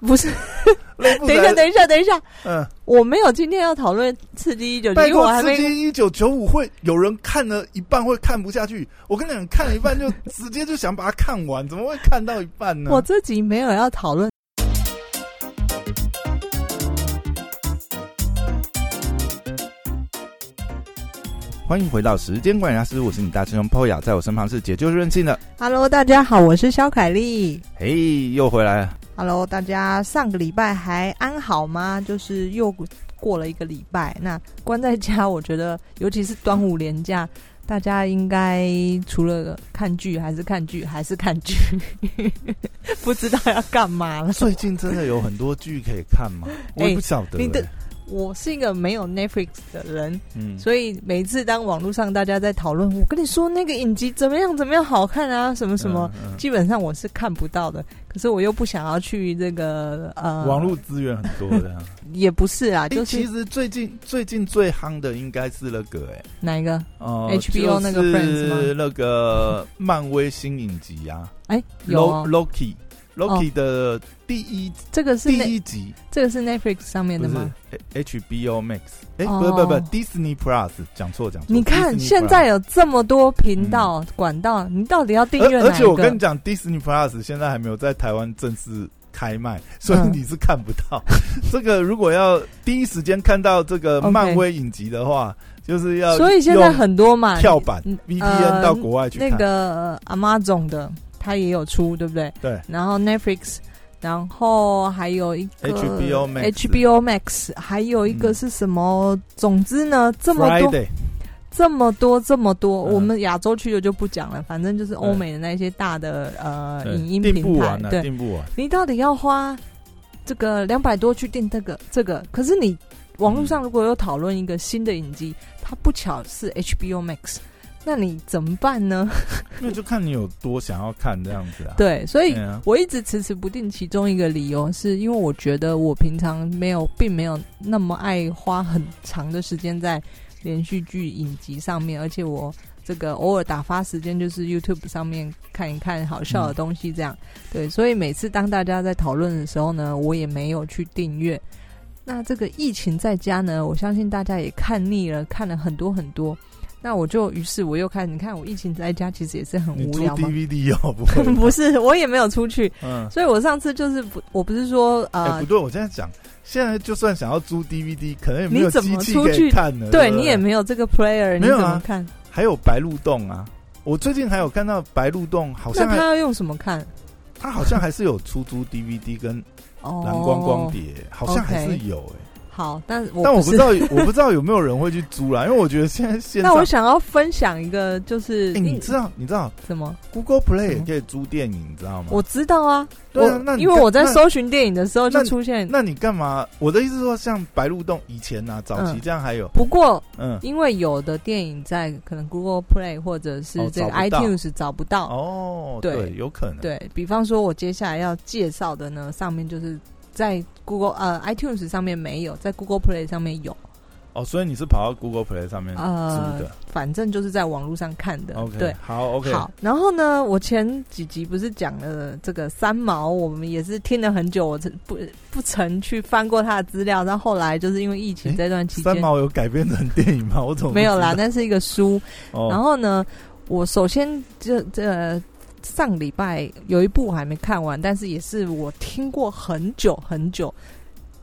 不是，类不等一下，在等一下，等一下，嗯，我没有今天要讨论刺激一九九，拜因为我托，还刺没激一九九五会有人看了一半会看不下去。我跟你讲，看了一半就 直接就想把它看完，怎么会看到一半呢？我这集没有要讨论。欢迎回到时间管理大师，我是你大师兄 Poya，在我身旁是解救任性的， Hello，大家好，我是肖凯丽。嘿，又回来了。 Hello，大家上个礼拜还安好吗？就是又过了一个礼拜，那关在家，我觉得尤其是端午连假，大家应该除了看剧还是看剧还是看剧， 不知道要干嘛了。最近真的有很多剧可以看 吗？我哎也不晓得、你的欸我是一个没有 Netflix 的人，嗯，所以每次当网络上大家在讨论，我跟你说那个影集怎么样怎么样好看啊，什么什么，嗯嗯基本上我是看不到的。可是我又不想要去这个呃嗯网络资源很多 的、啊。也不是啊，哎、就其是实最近最近最夯的应该是那个哎、哪一个？哦 HBO 那个 Friends 吗那个漫威新影集啊哎、有、 ，Lo- 哦、 ，Loki Loki 的第一、这个是第那一集这个是 Netflix 上面不的是吗？诶 HBO Max，哎、哦不不不，Disney Plus 讲错讲错，你看 Disney 现 Plus 在有这么多频道、管道，你到底要订阅而而哪一且我跟个你？讲，Disney Plus 现在还没有在台湾正式 开卖，所以嗯你是看不 到。这个如果要第一时间看到这个 OK 漫威影集的话，就是要所以现在很多嘛用，跳板嗯 VPN 到国外去看。那个 Amazon 的，它也有出，对不对？对。然后 Netflix，然后还有一个 HBO Max HBO Max，还有一个是什么？总之呢，这么多， Friday 这么多，这么多，嗯我们亚洲区的就不讲了，反正就是欧美的那些大的呃对影音订不平台完，啊，对订不完。你到底要花这个两百多去订这个这个？可是你网络上如果有讨论一个新的影集，它不巧是 HBO Max，那你怎么办呢？那就看你有多想要看这样子啊。对，所以对啊，我一直迟迟不定，其中一个理由是因为我觉得我平常没有，并没有那么爱花很长的时间在连续剧影集上面，而且我这个偶尔打发时间就是 YouTube 上面看一看好笑的东西，这样、嗯对，所以每次当大家在讨论的时候呢，我也没有去订阅。那这个疫情在家呢，我相信大家也看腻了，看了很多很多。那我就于是我又看，你看我疫情在家其实也是很你无租聊嘛， DVD 哦，不会吧？不是，我也没有出去，嗯，所以我上次就是不，我不是说哎，呃，不对，我现在讲，现在就算想要租 DVD，可能也没你有怎机么器出可以去看了。对不你也没有这个 player，你没有怎啊么看？还有白鹿洞啊，我最近还有看到白鹿洞，好那像他还要用什么看？它好像还是有出租 DVD 跟哦，蓝光光。碟，好像还是有哎、好，但我但我不不知是道我不知道有没有人会去租啦，因为我觉得现在现在那我想要分享一个，就是嗯哎、你知道你知道什么？ Google Play 什也么可以租电影，你知道吗？嗯我知道啊，对啊我那你因为看我在那搜寻电影的时候就那出现。那你干嘛？我的意思是说，像白鹿洞以前啊，早嗯期这样还有，不过，嗯，因为有的电影在可能 Google Play 或者是哦这个找不到 iTunes 找不到，哦，对对，有可能，，对比方说，我接下来要介绍的呢，上面就是在 Google 呃 iTunes 上面没有，在 Google Play 上面有，哦，所以你是跑到 Google Play 上面租呃的、反正就是在网络上看的。 o k 对，好，OK，好。然后呢，我前几集不是讲了这个三毛，我们也是听了很久，我这不不曾去翻过他的资料。但后来就是因为疫情诶这段期间三，毛有改编成电影吗？我怎么不没有啦，知道？那是一个书。哦、然后呢，我首先这这、上礼拜有一部我还没看完，但是也是我听过很久很久，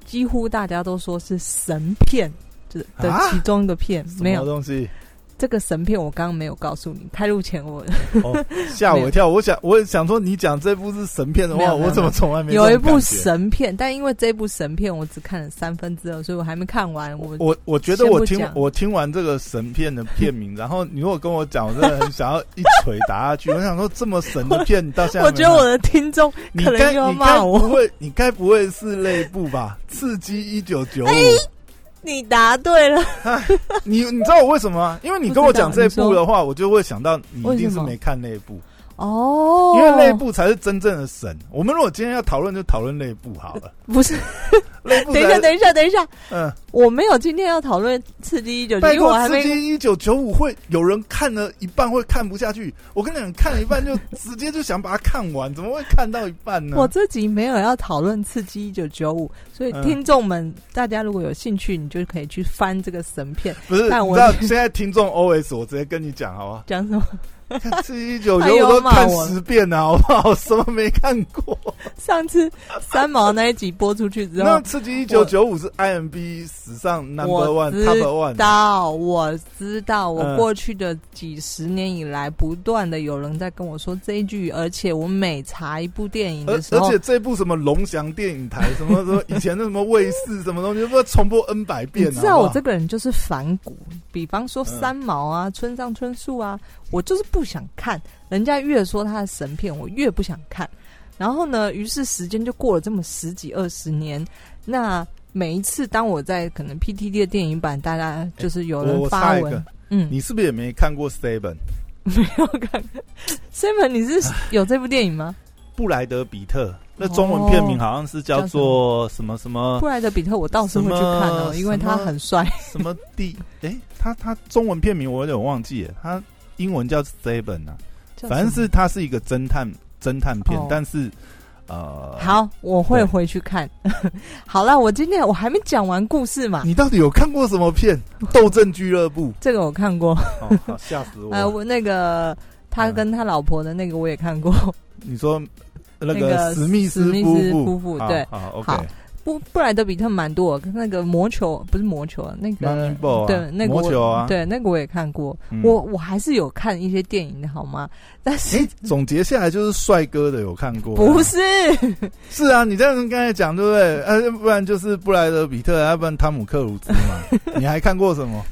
几乎大家都说是神片，就是的啊其中一个片。什没么有东西？这个神片，我刚刚没有告诉你，开录前我哦，吓我一跳！我想，我想说，你讲这部是神片的没话，有没有我怎么从来没有这一种感部觉？神片，但因为这部神片我只看了三分之二，所以我还没看完。我我我觉得先不我听讲我听完这个神片的片名，然后你如果跟我讲，我真的很想要一锤打下去。我想说，这么神的片，你到现在我还没觉得看我的听众你可能该又要你骂该我不会你该不会是那部吧？刺激一九九五，哎你答对了，你你知道我为什么吗？因为你跟我讲这不部知道的话，我就会想到你一定为是什么没看那部，哦，因为那部才是真正的神。 我们如果今天要讨论，就讨论那部好了。不是，那部等一下，才是等一下，等一下，嗯，我没有今天要讨论《刺激一九九》，拜因为我托，还《刺没激一九九五》会有人看了一半会看不下去。我跟你讲，看了一半就直接就想把它看完，怎么会看到一半呢？我这集没有要讨论《刺激一九九五》，所以嗯听众们、大家如果有兴趣，你就可以去翻这个神片，不是，但你我知道现在听众 OS，我直接跟你讲好不 好？讲什么？看《刺激一九九哎》呦我都看骂我十遍了，好不好？什么没看过？上次三毛那一集播出去之那后《刺激一九九五》是 IMB 史上 number 我 one 知 top one，到，我知道，我嗯过去的几十年以来，不断的有人在跟我说这一句，而且我每查一部电影而的时候而且，这部什么龙翔电影台什么什 么以前的什么卫视什么东西，不是重播 N 百你遍啊？知道好不我好这个人就是反骨，比方说嗯三毛啊、村上春树啊，我就是不想看。人家越说他的神片，我越不想看。然后呢，于是时间就过了这么十几二十年。那每一次当我在可能 PTT 的电影版，大家就是有我人我发插一文，个，嗯，你是不是也没看过 Seven？没有看。Simon，你是有这部电影吗？布莱德比特，那中文片名好像是叫哦做什么什么布莱德比特，我倒是会去看啊什哦，么因为他很帅。什么地？ 诶，他他中文片名我有点忘记了，他英文叫 Seven 啊，叫反正什么是它是一个侦探侦探片哦，但是呃，好，我会对回去看。 好了，我今天我还没讲完故事嘛，你到底有看过什 么片？《斗阵俱乐部这个我看过。》哦，好吓死呃，我！我那个他跟他老婆的那个我也看过，你说那那个个史密史斯密斯夫夫妇，妇好对好好啊，OK，布布莱德比特蛮多，那个魔球不是魔球，那个 Moneyball 啊对那个我魔球啊对那个我也看过，嗯我我还是有看一些电影的好吗？但是诶总结下来就是帅哥的有看过，不是 是啊，你这样刚才讲对不对？呃、要不然就是布莱德比特，要不然汤姆克鲁兹 嘛。你还看过什么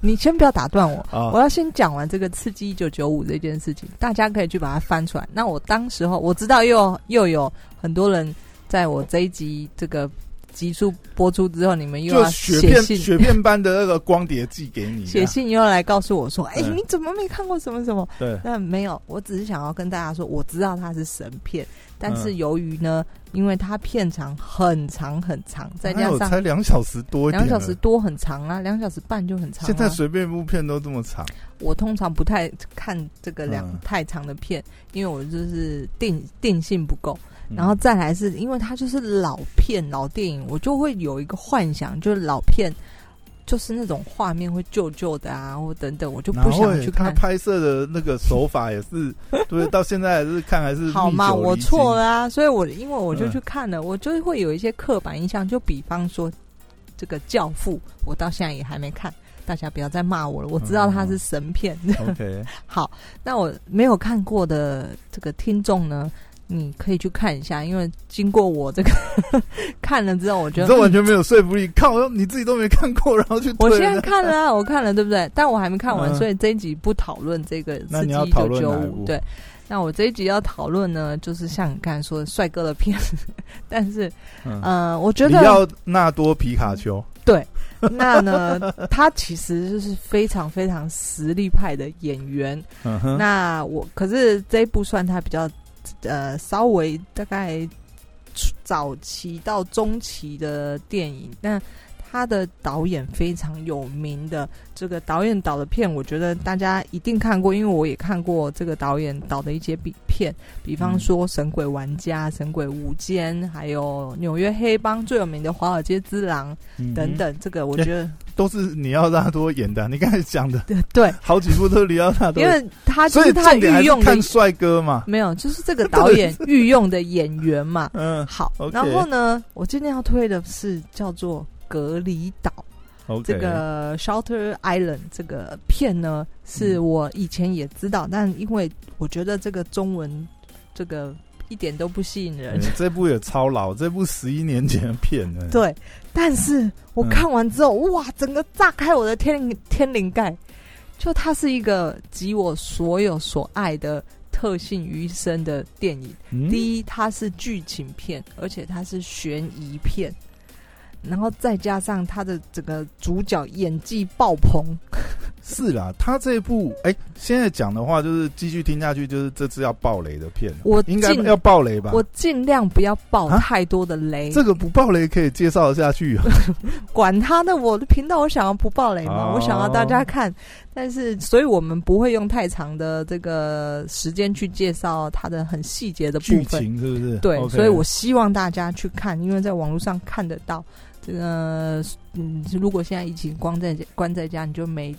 你先不要打断我。啊我？要先讲完这个刺激一九九五这件事情，大家可以去把它翻出来。那我当时候我知道又又有很多人在我这一集这个集数播出之后，你们又就要雪啊写片信雪片般的那个光碟寄给你，写信又来告诉我说：“哎、嗯你怎么没看过什么什么对？”，那没有，我只是想要跟大家说，我知道它是神片，但是嗯由于呢，因为它片长很长很长，再哪加有上哎才两小时多一点两了，小时多很长啊，两小时半就很长、啊。现在随便一部片都这么长，我通常不太看这个两、嗯太长的片，因为我就是定定性不够。嗯然后再来是因为它就是老片、老电影，我就会有一个幻想，就是老片就是那种画面会旧旧的啊，或等等，我就哪不想会去他看。拍摄的那个手法也 是，对，到现在还是看还是好嘛，历久我弥新错了，啊！所以我因为我就嗯去看了，我就会有一些刻板印象，就比方说这个《教父》，我到现在也还没看。大家不要再骂我了，我知道嗯它是神片。 OK，好，那我没有看过的这个听众呢，你可以去看一下，因为经过我这个 看了之后，我觉你得这完嗯全没有说服力，靠，你自己都没看过，然后去 我推现在人家看了、啊，我看了，对不对？但我还没看完，嗯所以这一集不讨论这个那刺激你要一讨九论九哪一五。部对，那我这一集要讨论呢，就是像你刚才说的帅哥的片， 但是嗯呃，我觉里得奥纳多皮卡丘，那呢，他其实就是非常非常实力派的演员，嗯哼，那我可是这一部算它比较呃稍微大概早期到中期的电影，那他的导演非常有名的，这个导演导的片，我觉得大家一定看过，因为我也看过这个导演导的一些比片，比嗯方说《神鬼玩家》《神鬼无间》，还有《纽约黑帮》最有名的《华尔街之狼》嗯哼等等，这个我觉得、都是你要纳多演的啊、你刚才讲的 对对，好几部都是里奥纳多因演，为他就所以是他重点还御是用的看帅哥嘛。 没有，就是这个导演御用的演员 嘛。嗯好 OK 然后呢，我今天要推的是叫做《隔离岛》 ，OK，这个 Shelter Island 这个片呢，是我以前也知嗯道，但因为我觉得这个中文这个一点都不吸引人嗯，这部也超老，这部十一年前的片呢。对。但是我看完之后，哇，整个炸开我的天灵天灵盖，就它是一个集我所有所爱的特性于一身的电影。嗯，第一，它是剧情片，而且它是悬疑片， 然后再加上它的整个主角演技爆棚，是啦，他这部哎、现在讲的话就是继续听下去，就是这次要爆雷的片了，我应该尽要爆雷吧？我尽量不要爆啊太多的雷，这个不爆雷可以介绍得下去啊。管他的，我的频道我想要不爆雷嘛，哦我想要大家看，但是所以我们不会用太长的这个时间去介绍它的很细节的部剧分，情是不是？对 OK 所以我希望大家去看，因为在网络上看得到。这个嗯，如果现在疫情关在家关在家，你就每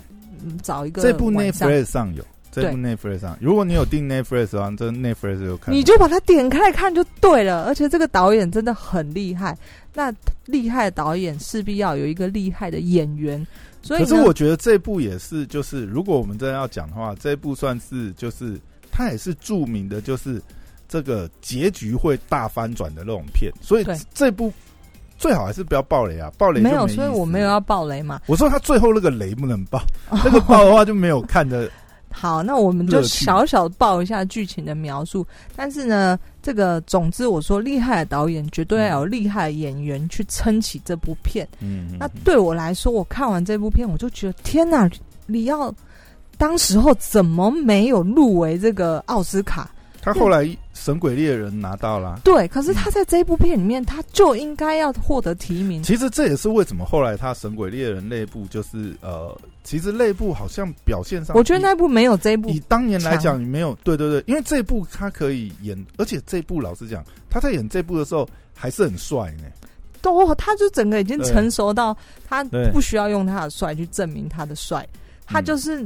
嗯找一个这部晚上 Netflix 上有，这部 Netflix 上，如果你有订 Netflix 的话，这 Netflix 有看。你就把它点开看就对了。而且这个导演真的很厉害，那厉害的导演势必要有一个厉害的演员，所以可呢是我觉得这部也是，就是如果我们真的要讲的话，这部算是就是它也是著名的，就是这个结局会大翻转的那种片，所以对这部最好还是不要爆雷啊，爆雷就没有，意思所以我没有。要爆雷嘛。我说他最后那个雷不能爆，哦那个爆的话就没有看的。好，那我们就乐趣小小报一下剧情的描述。但是呢，这个总之我说，厉害的导演绝对要有厉害的演员去撑起这部片。 嗯，那对我来说，我看完这部片，我就觉得天哪，里奥当时候怎么没有入围这个奥斯卡？他后来《神鬼猎人》拿到了。啊对，可是他在这部片里面，他就应该要获得提名。其实嗯这也是为什么后来他《神鬼猎人》内部就是呃，其实内部好像表现上，我觉得那部没有这部以当年来讲，没有对对对，因为这部他可以演，而且这部老实讲，他在演这部的时候还是很帅呢。都，他就整个已经对成熟到他对不需要用他的帅去证明他的帅，他嗯就是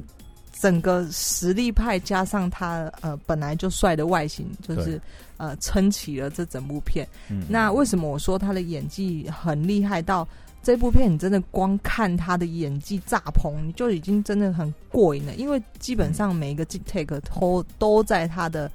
整个实力派加上他呃本来就帅的外形，就是对呃撑起了这整部片。嗯，那为什么我说他的演技很厉害到？这部片你真的光看他的演技炸棚，你就已经真的很过瘾了，因为基本上每一个 take 都都在他的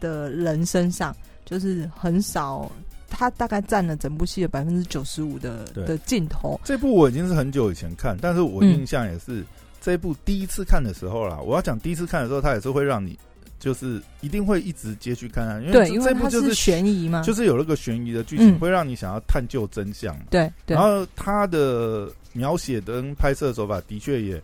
的人身上，就是很少，他大概占了整部戏的百分之九十五的对的镜头。这部我已经是很久以前看，但是我嗯印象也是、这部第一次看的时候啦。我要讲第一次看的时候，它也是会让你就是一定会一直接续看啊，因对，这因为这部它就是悬疑嘛，就是有那个悬疑的剧情，嗯会让你想要探究真相嘛。对对然，后他的描写跟拍摄手法的确也，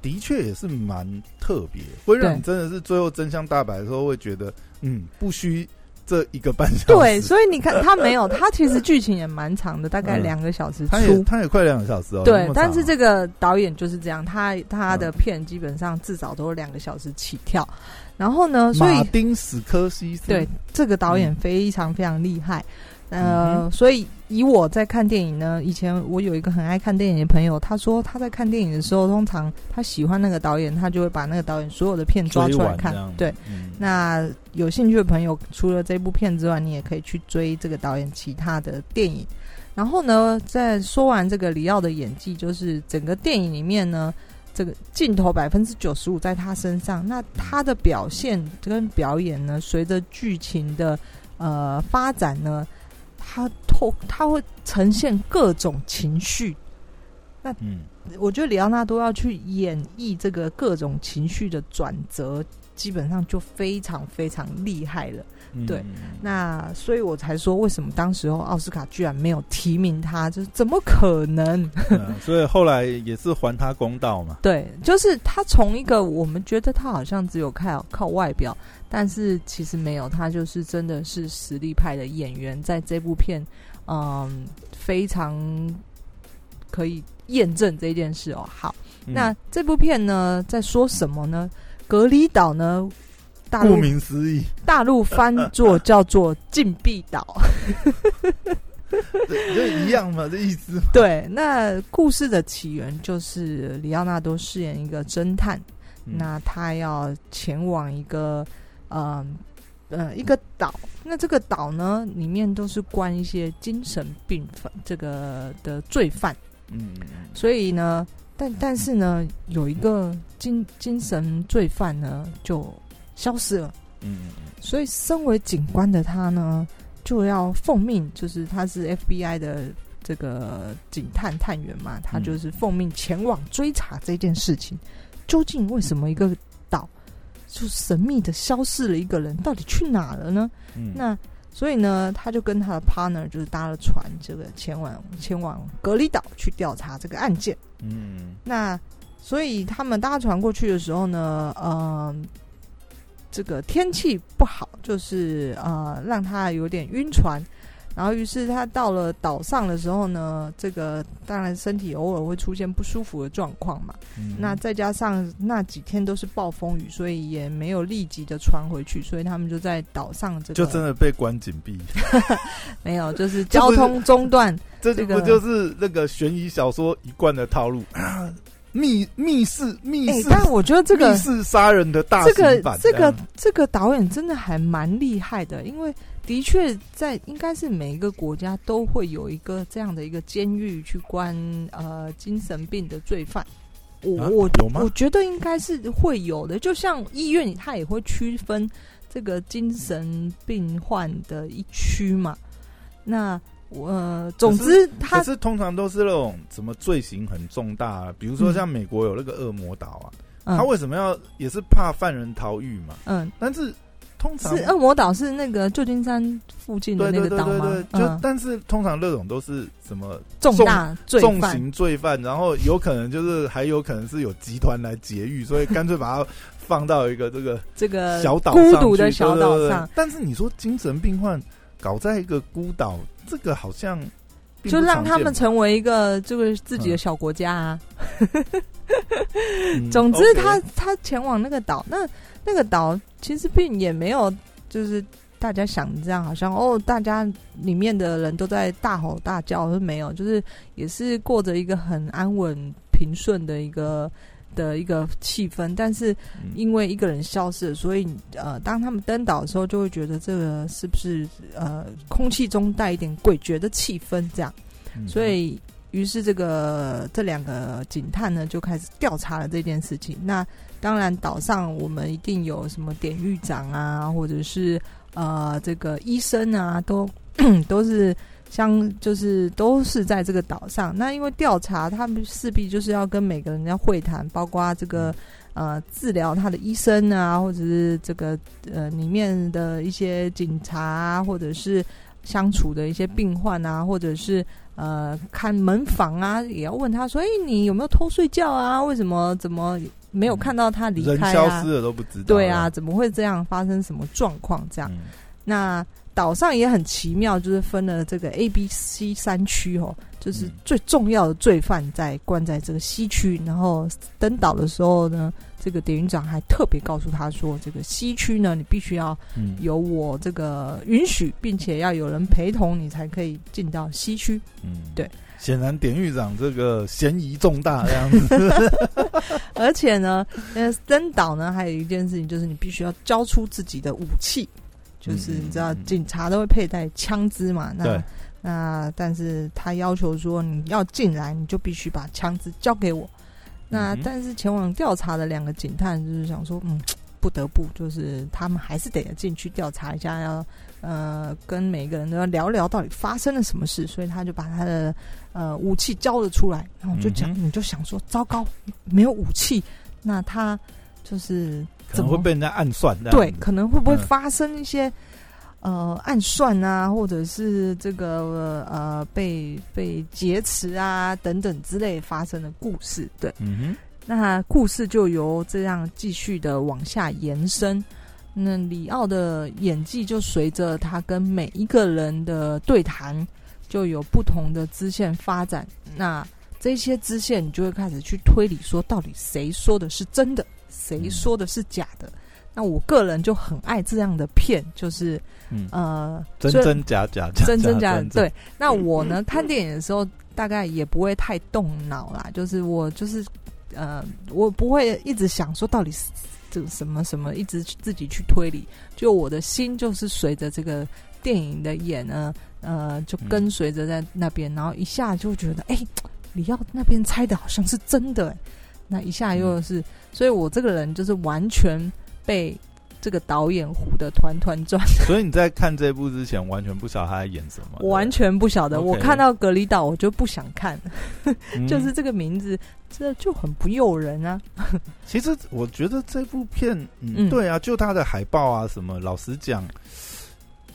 的确也是蛮特别，会让你真的是最后真相大白的时候，会觉得嗯，不虚这一个半小时。对，所以你看他没有，他其实剧情也蛮长的，大概嗯两个小时出。他也他也快两个小时哦。那对么，长但是哦这个导演就是这样，他他的嗯片基本上至少都两个小时起跳，然后呢，所马以丁史科西斯对这个导演嗯非常非常厉害。嗯呃，所以以我在看电影呢，以前我有一个很爱看电影的朋友，他说他在看电影的时候，通常他喜欢那个导演，他就会把那个导演所有的片抓追出来完看这样。对，，嗯那有兴趣的朋友，除了这部片之外，你也可以去追这个导演其他的电影。然后呢，在说完这个里奥的演技，就是整个电影里面呢，这个镜头百分之九十五在他身上。那他的表现跟表演呢，随着剧情的呃发展呢，他透他会呈现各种情绪。嗯，我觉得里奥纳多要去演绎这个各种情绪的转折，基本上就非常非常厉害了。嗯对，那所以我才说，为什么当时候奥斯卡居然没有提名他？就是怎么可能？嗯所以后来也是还他公道嘛。对，就是他从一个我们觉得他好像只有靠靠外表，但是其实没有，他就是真的是实力派的演员，在这部片，嗯，非常可以验证这件事哦。好。嗯那这部片呢，在说什么呢？隔离岛呢，大顾陆名思义，大陆翻作叫做禁闭岛。对就一样嘛，这意思嘛。对，那故事的起源就是里奥纳多饰演一个侦探，嗯那他要前往一个，呃，呃，一个岛。那这个岛呢，里面都是关一些精神病犯这个的罪犯。嗯，嗯嗯所以呢，但但是呢，有一个精精神罪犯呢就消失了，嗯嗯所以身为警官的他呢，就要奉命，就是他是 FBI 的这个警探探员嘛，他就是奉命前往追查这件事情，究竟为什么一个岛就神秘的消失了一个人，到底去哪了呢？嗯，那所以呢，他就跟他的 partner 就是搭了船，这个前往前往隔离岛去调查这个案件。嗯那所以他们搭船过去的时候呢，呃，这个天气不好，就是呃让他有点晕船。然后，于是他到了岛上的时候呢，这个当然身体偶尔会出现不舒服的状况嘛。嗯那再加上那几天都是暴风雨，所以也没有立即的穿回去，所以他们就在岛上这个就真的被关紧闭， 没有，就是交通中断。这就这不个就是那个悬疑小说一贯的套路 啊？密密室密哎、室但我觉得这个密室杀人的啊大这型个版，这个样这个导演真的还蛮厉害的，因为的确在应该是每一个国家都会有一个这样的一个监狱去关呃精神病的罪犯。我、啊我有吗我觉得应该是会有的，就像医院它也会区分这个精神病患的一区嘛。那我、呃、总可是之它可是通常都是那种什么罪行很重大、啊，比如说像美国有那个恶魔岛啊，他嗯为什么要也是怕犯人逃狱嘛？嗯但是通常是恶呃魔岛是那个旧金山附近的对那个对对岛对吗对，？就嗯，但是通常那种都是什么重重大罪重犯。刑罪犯，然后有可能就是还有可能是有集团来劫狱，所以干脆把它放到一个这个这个小岛呃孤上独去的小对对岛对对上，但是你说精神病患搞在一个孤岛，这个好像并就不让常见他们吧成为一个这个自己的小国家啊。嗯总之 OK 他，他前往那个岛，那那个岛其实并也没有就是大家想的这样，好像哦，大家里面的人都在大吼大叫，是没有，就是也是过着一个很安稳平顺的一个。的一个气氛，但是嗯因为一个人消失了，所以呃，当他们登岛的时候，就会觉得这个是不是呃，空气中带一点诡谲的气氛这样。嗯所以，于是这个这两个警探呢就开始调查了这件事情。那当然，岛上我们一定有什么典狱长啊，或者是呃这个医生啊，都 都是相就是都是在这个岛上。那因为调查，他们势必就是要跟每个人要会谈，包括这个。呃，治疗他的医生啊，或者是这个呃里面的一些警察啊，或者是相处的一些病患啊，或者是呃看门房啊，也要问他说：“哎、你有没有偷睡觉啊？为什么怎么没有看到他离人开消啊？失了都不知道，对啊，，怎么会这样？发生什么状况？这样？嗯那岛上也很奇妙，就是分了这个 A、B、C 三区哦，就是嗯最重要的罪犯在关在这个西区，然后登岛的时候呢，这个典狱长还特别告诉他说，这个西区呢，你必须要嗯有我这个允许，并且要有人陪同，你才可以进到西区。嗯对。显然，典狱长这个嫌疑重大这样子，而且 呢，呃，登岛呢还有一件事情就是你必须要交出自己的武器，就是你知道嗯嗯嗯警察都会佩戴枪支嘛， 那对，那但是他要求说，你要进来，你就必须把枪支交给我。那、嗯哼但是前往调查的两个警探就是想说，嗯，不得不就是他们还是得进去调查一下，要呃跟每个人都要聊聊到底发生了什么事，所以他就把他的呃武器交了出来。然后我就讲，嗯你就想说，糟糕，没有武器，那他就是可怎能么会被人家暗算这样子。对，可能会不会嗯发生一些、呃暗算啊，或者是这个呃被被劫持啊等等之类发生的故事。对，嗯那故事就由这样继续的往下延伸。那里奥的演技就随着他跟每一个人的对谈，就有不同的支线发展。那这些支线，你就会开始去推理，说到底谁说的是真的，谁嗯说的是假的。那我个人就很爱这样的片，就是哼，嗯，呃，真虽然真假假，假真真假假的。，对，那我呢看电影的时候，大概也不会太动脑啦，就是我就是呃，我不会一直想说到底是这个什么什么，一直去自己去推理。就我的心就是随着这个电影的演呢，呃，就跟随着在那边，然后一下就觉得，哎、李耀那边猜的好像是真的、哎那一下又是，所以我这个人就是完全被这个导演唬得团团转。所以你在看这部之前，完全不晓得他在演什么。我完全不晓得。 OK 嗯我看到隔离岛，我就不想看，全就是这个名字，这就很不诱人啊。哦其实我觉得这部片，嗯，嗯对啊，就它的海报啊什么，老实讲，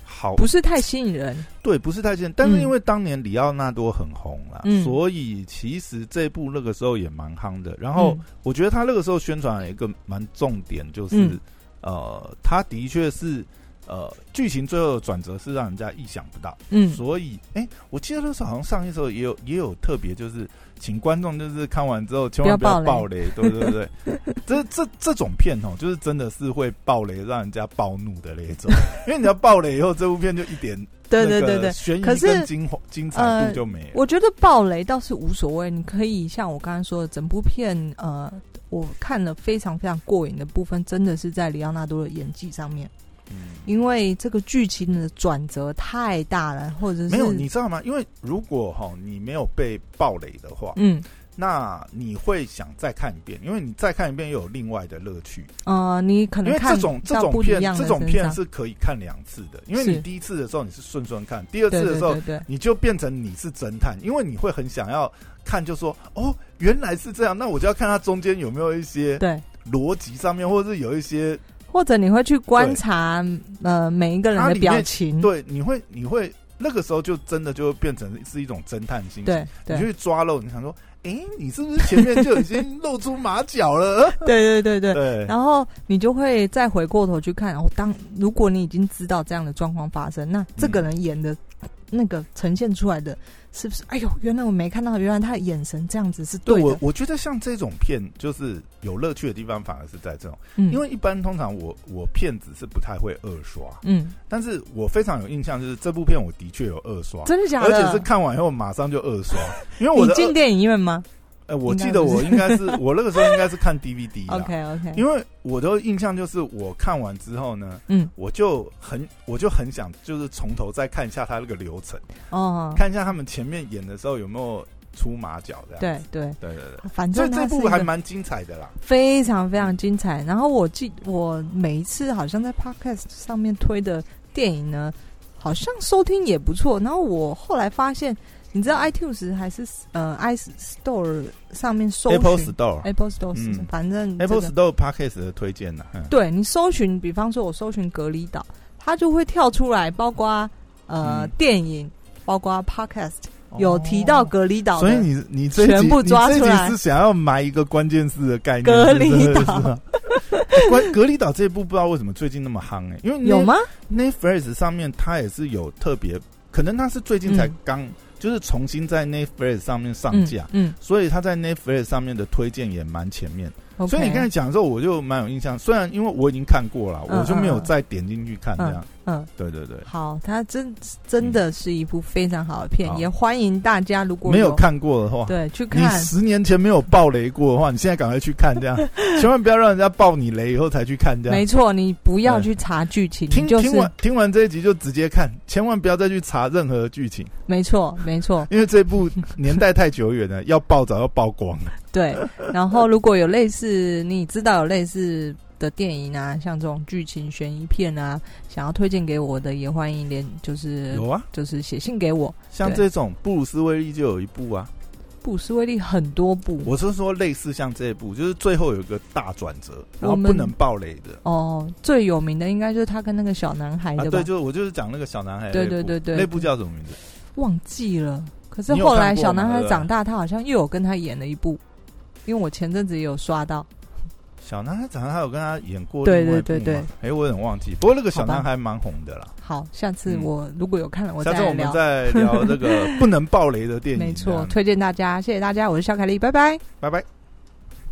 好，不是太吸引人。对，不是太现。但是嗯因为当年里奥纳多很红啦，嗯所以其实这部那个时候也蛮夯的。然嗯后我觉得他那个时候宣传了一个蛮重点，就是、嗯呃，他的确是呃，剧情最后的转折是让人家意想不到。嗯，所以，哎、我记得那时候好像上一时候也有也有特别，就是请观众就是看完之后千万不不要要爆爆雷，对对对， 这这这种片哦，就是真的是会爆雷，让人家暴怒的那种。因为你要爆雷以后，这部片就一点 对对那个对对，悬疑可是呃跟精华精彩度就没了。我觉得暴雷倒是无所谓，你可以像我刚才说的，整部片呃，我看了非常非常过瘾的部分，真的是在里奥纳多的演技上面，嗯，因为这个剧情的转折太大了，或者是没有，你知道吗？因为如果哈、你没有被爆雷的话，嗯那你会想再看一遍，因为你再看一遍又有另外的乐趣。呃，你可因能为看这种这到种不一片样的这种身片上是可以看两次的，因为是你第一次的时候你是顺顺看，第二对次的对时候对对，你就变成你是侦探，因为你会很想要看，就说哦原来是这样，那我就要看它中间有没有一些对，逻辑上面，或者是有一些或者你会去观察呃每一个人它的里表面情，对，你会你会那个时候就真的就会变成是一种侦探心情，对你对就去抓漏，你想说诶，你是不是前面就已经露出马 脚了？对对对对。对，然后你就会再回过头去看，哦，当如果你已经知道这样的状况发生，那这个人演的、那个呈现出来的是不是？哎呦，原来我没看到，原来他的眼神这样子是对的。我我觉得像这种片就是有乐趣的地方，反而是在这种。嗯，因为一般通常我我片子是不太会二刷，嗯，但是我非常有印象，就是这部片我的确有二刷，真的假而的？且是看完以后马上就 二刷，因为我你的进二，电影院吗呃，我应该记得不是我应 该是我那个时候应该是看 DVD 啦？OK OK，因为我的印象就是我看完之后呢，嗯，我就很我就很想就是从头再看一下他那个流程，哦，看一下他们前面演的时候有没有出马脚这样对子，对，对对对对，反所正以这它是部一还个蛮精彩的啦，非常非常精彩。然后我记我每一次好像在 podcast 上面推的电影呢，好像收听也不错。然后我后来发现，你知道 iTunes 还是呃 i Store 上面搜寻 Apple Store。 Apple Store，是、嗯反正、这个 Apple Store Podcast 的推荐呐、嗯对你搜寻，比方说我搜寻隔离岛，它就会跳出来，包括呃、嗯哦电影，包括 podcast 有提到隔离岛的，所以你你这一集全部抓出来你这一集是想要埋一个关键字的概念，隔离岛是不是啊。 关隔离岛这一部不知道为什么最近那么夯哎、因为有吗？ Netflix 上面它也是有特别，可能它是最近才嗯刚、就是重新在 Netflix 上面上架，嗯，所以它在 Netflix 上面的推荐也蛮前面。嗯所以你 OK 刚才讲的时候，我就蛮有印象。虽然因为我已经看过了，嗯我就没有嗯再点进去看这样。嗯。对对对，好，它真真的是一部非常好的片，好也欢迎大家如果没有有看过的话，对去你看。十年前没有爆雷过的话，你现在赶快去看， 这样千万不要让人家爆你雷以后才去看，这没样。错，你不要去查剧情，听你就是听完听完这一集就直接看，千万不要再去查任何剧情，没错，没错，因为这部年代太久远了，要 爆早要曝光了。对。然后如果有类似你知道有类似的电影啊，像这种剧情悬疑片啊，想要推荐给我的，也欢迎连就是有啊，就是写信给我。像这种布鲁斯威利就有一部啊，布鲁斯威利很多部我是说类似像这一部，就是最后有一个大转折，我然后们不能爆雷的哦，最有名的应该就是他跟那个小男孩啊。的吧，对，就是我就是讲那个小男孩那对部，对对对那部叫什么名字？忘记了。可是你有后来看过小男吗孩对不对长大，他好像又有跟他演了一部，因为我前阵子也有刷到。小男孩，长大他有跟他演过对另外一对部对吗哎，我有点忘记。不过那个好小吧男孩蛮红的啦。好，下次嗯我如果有看了，我再下次我来们聊。再 聊这个不能爆雷的电影。没这错，样推荐大家，谢谢大家，我是肖凯丽，拜拜。拜拜。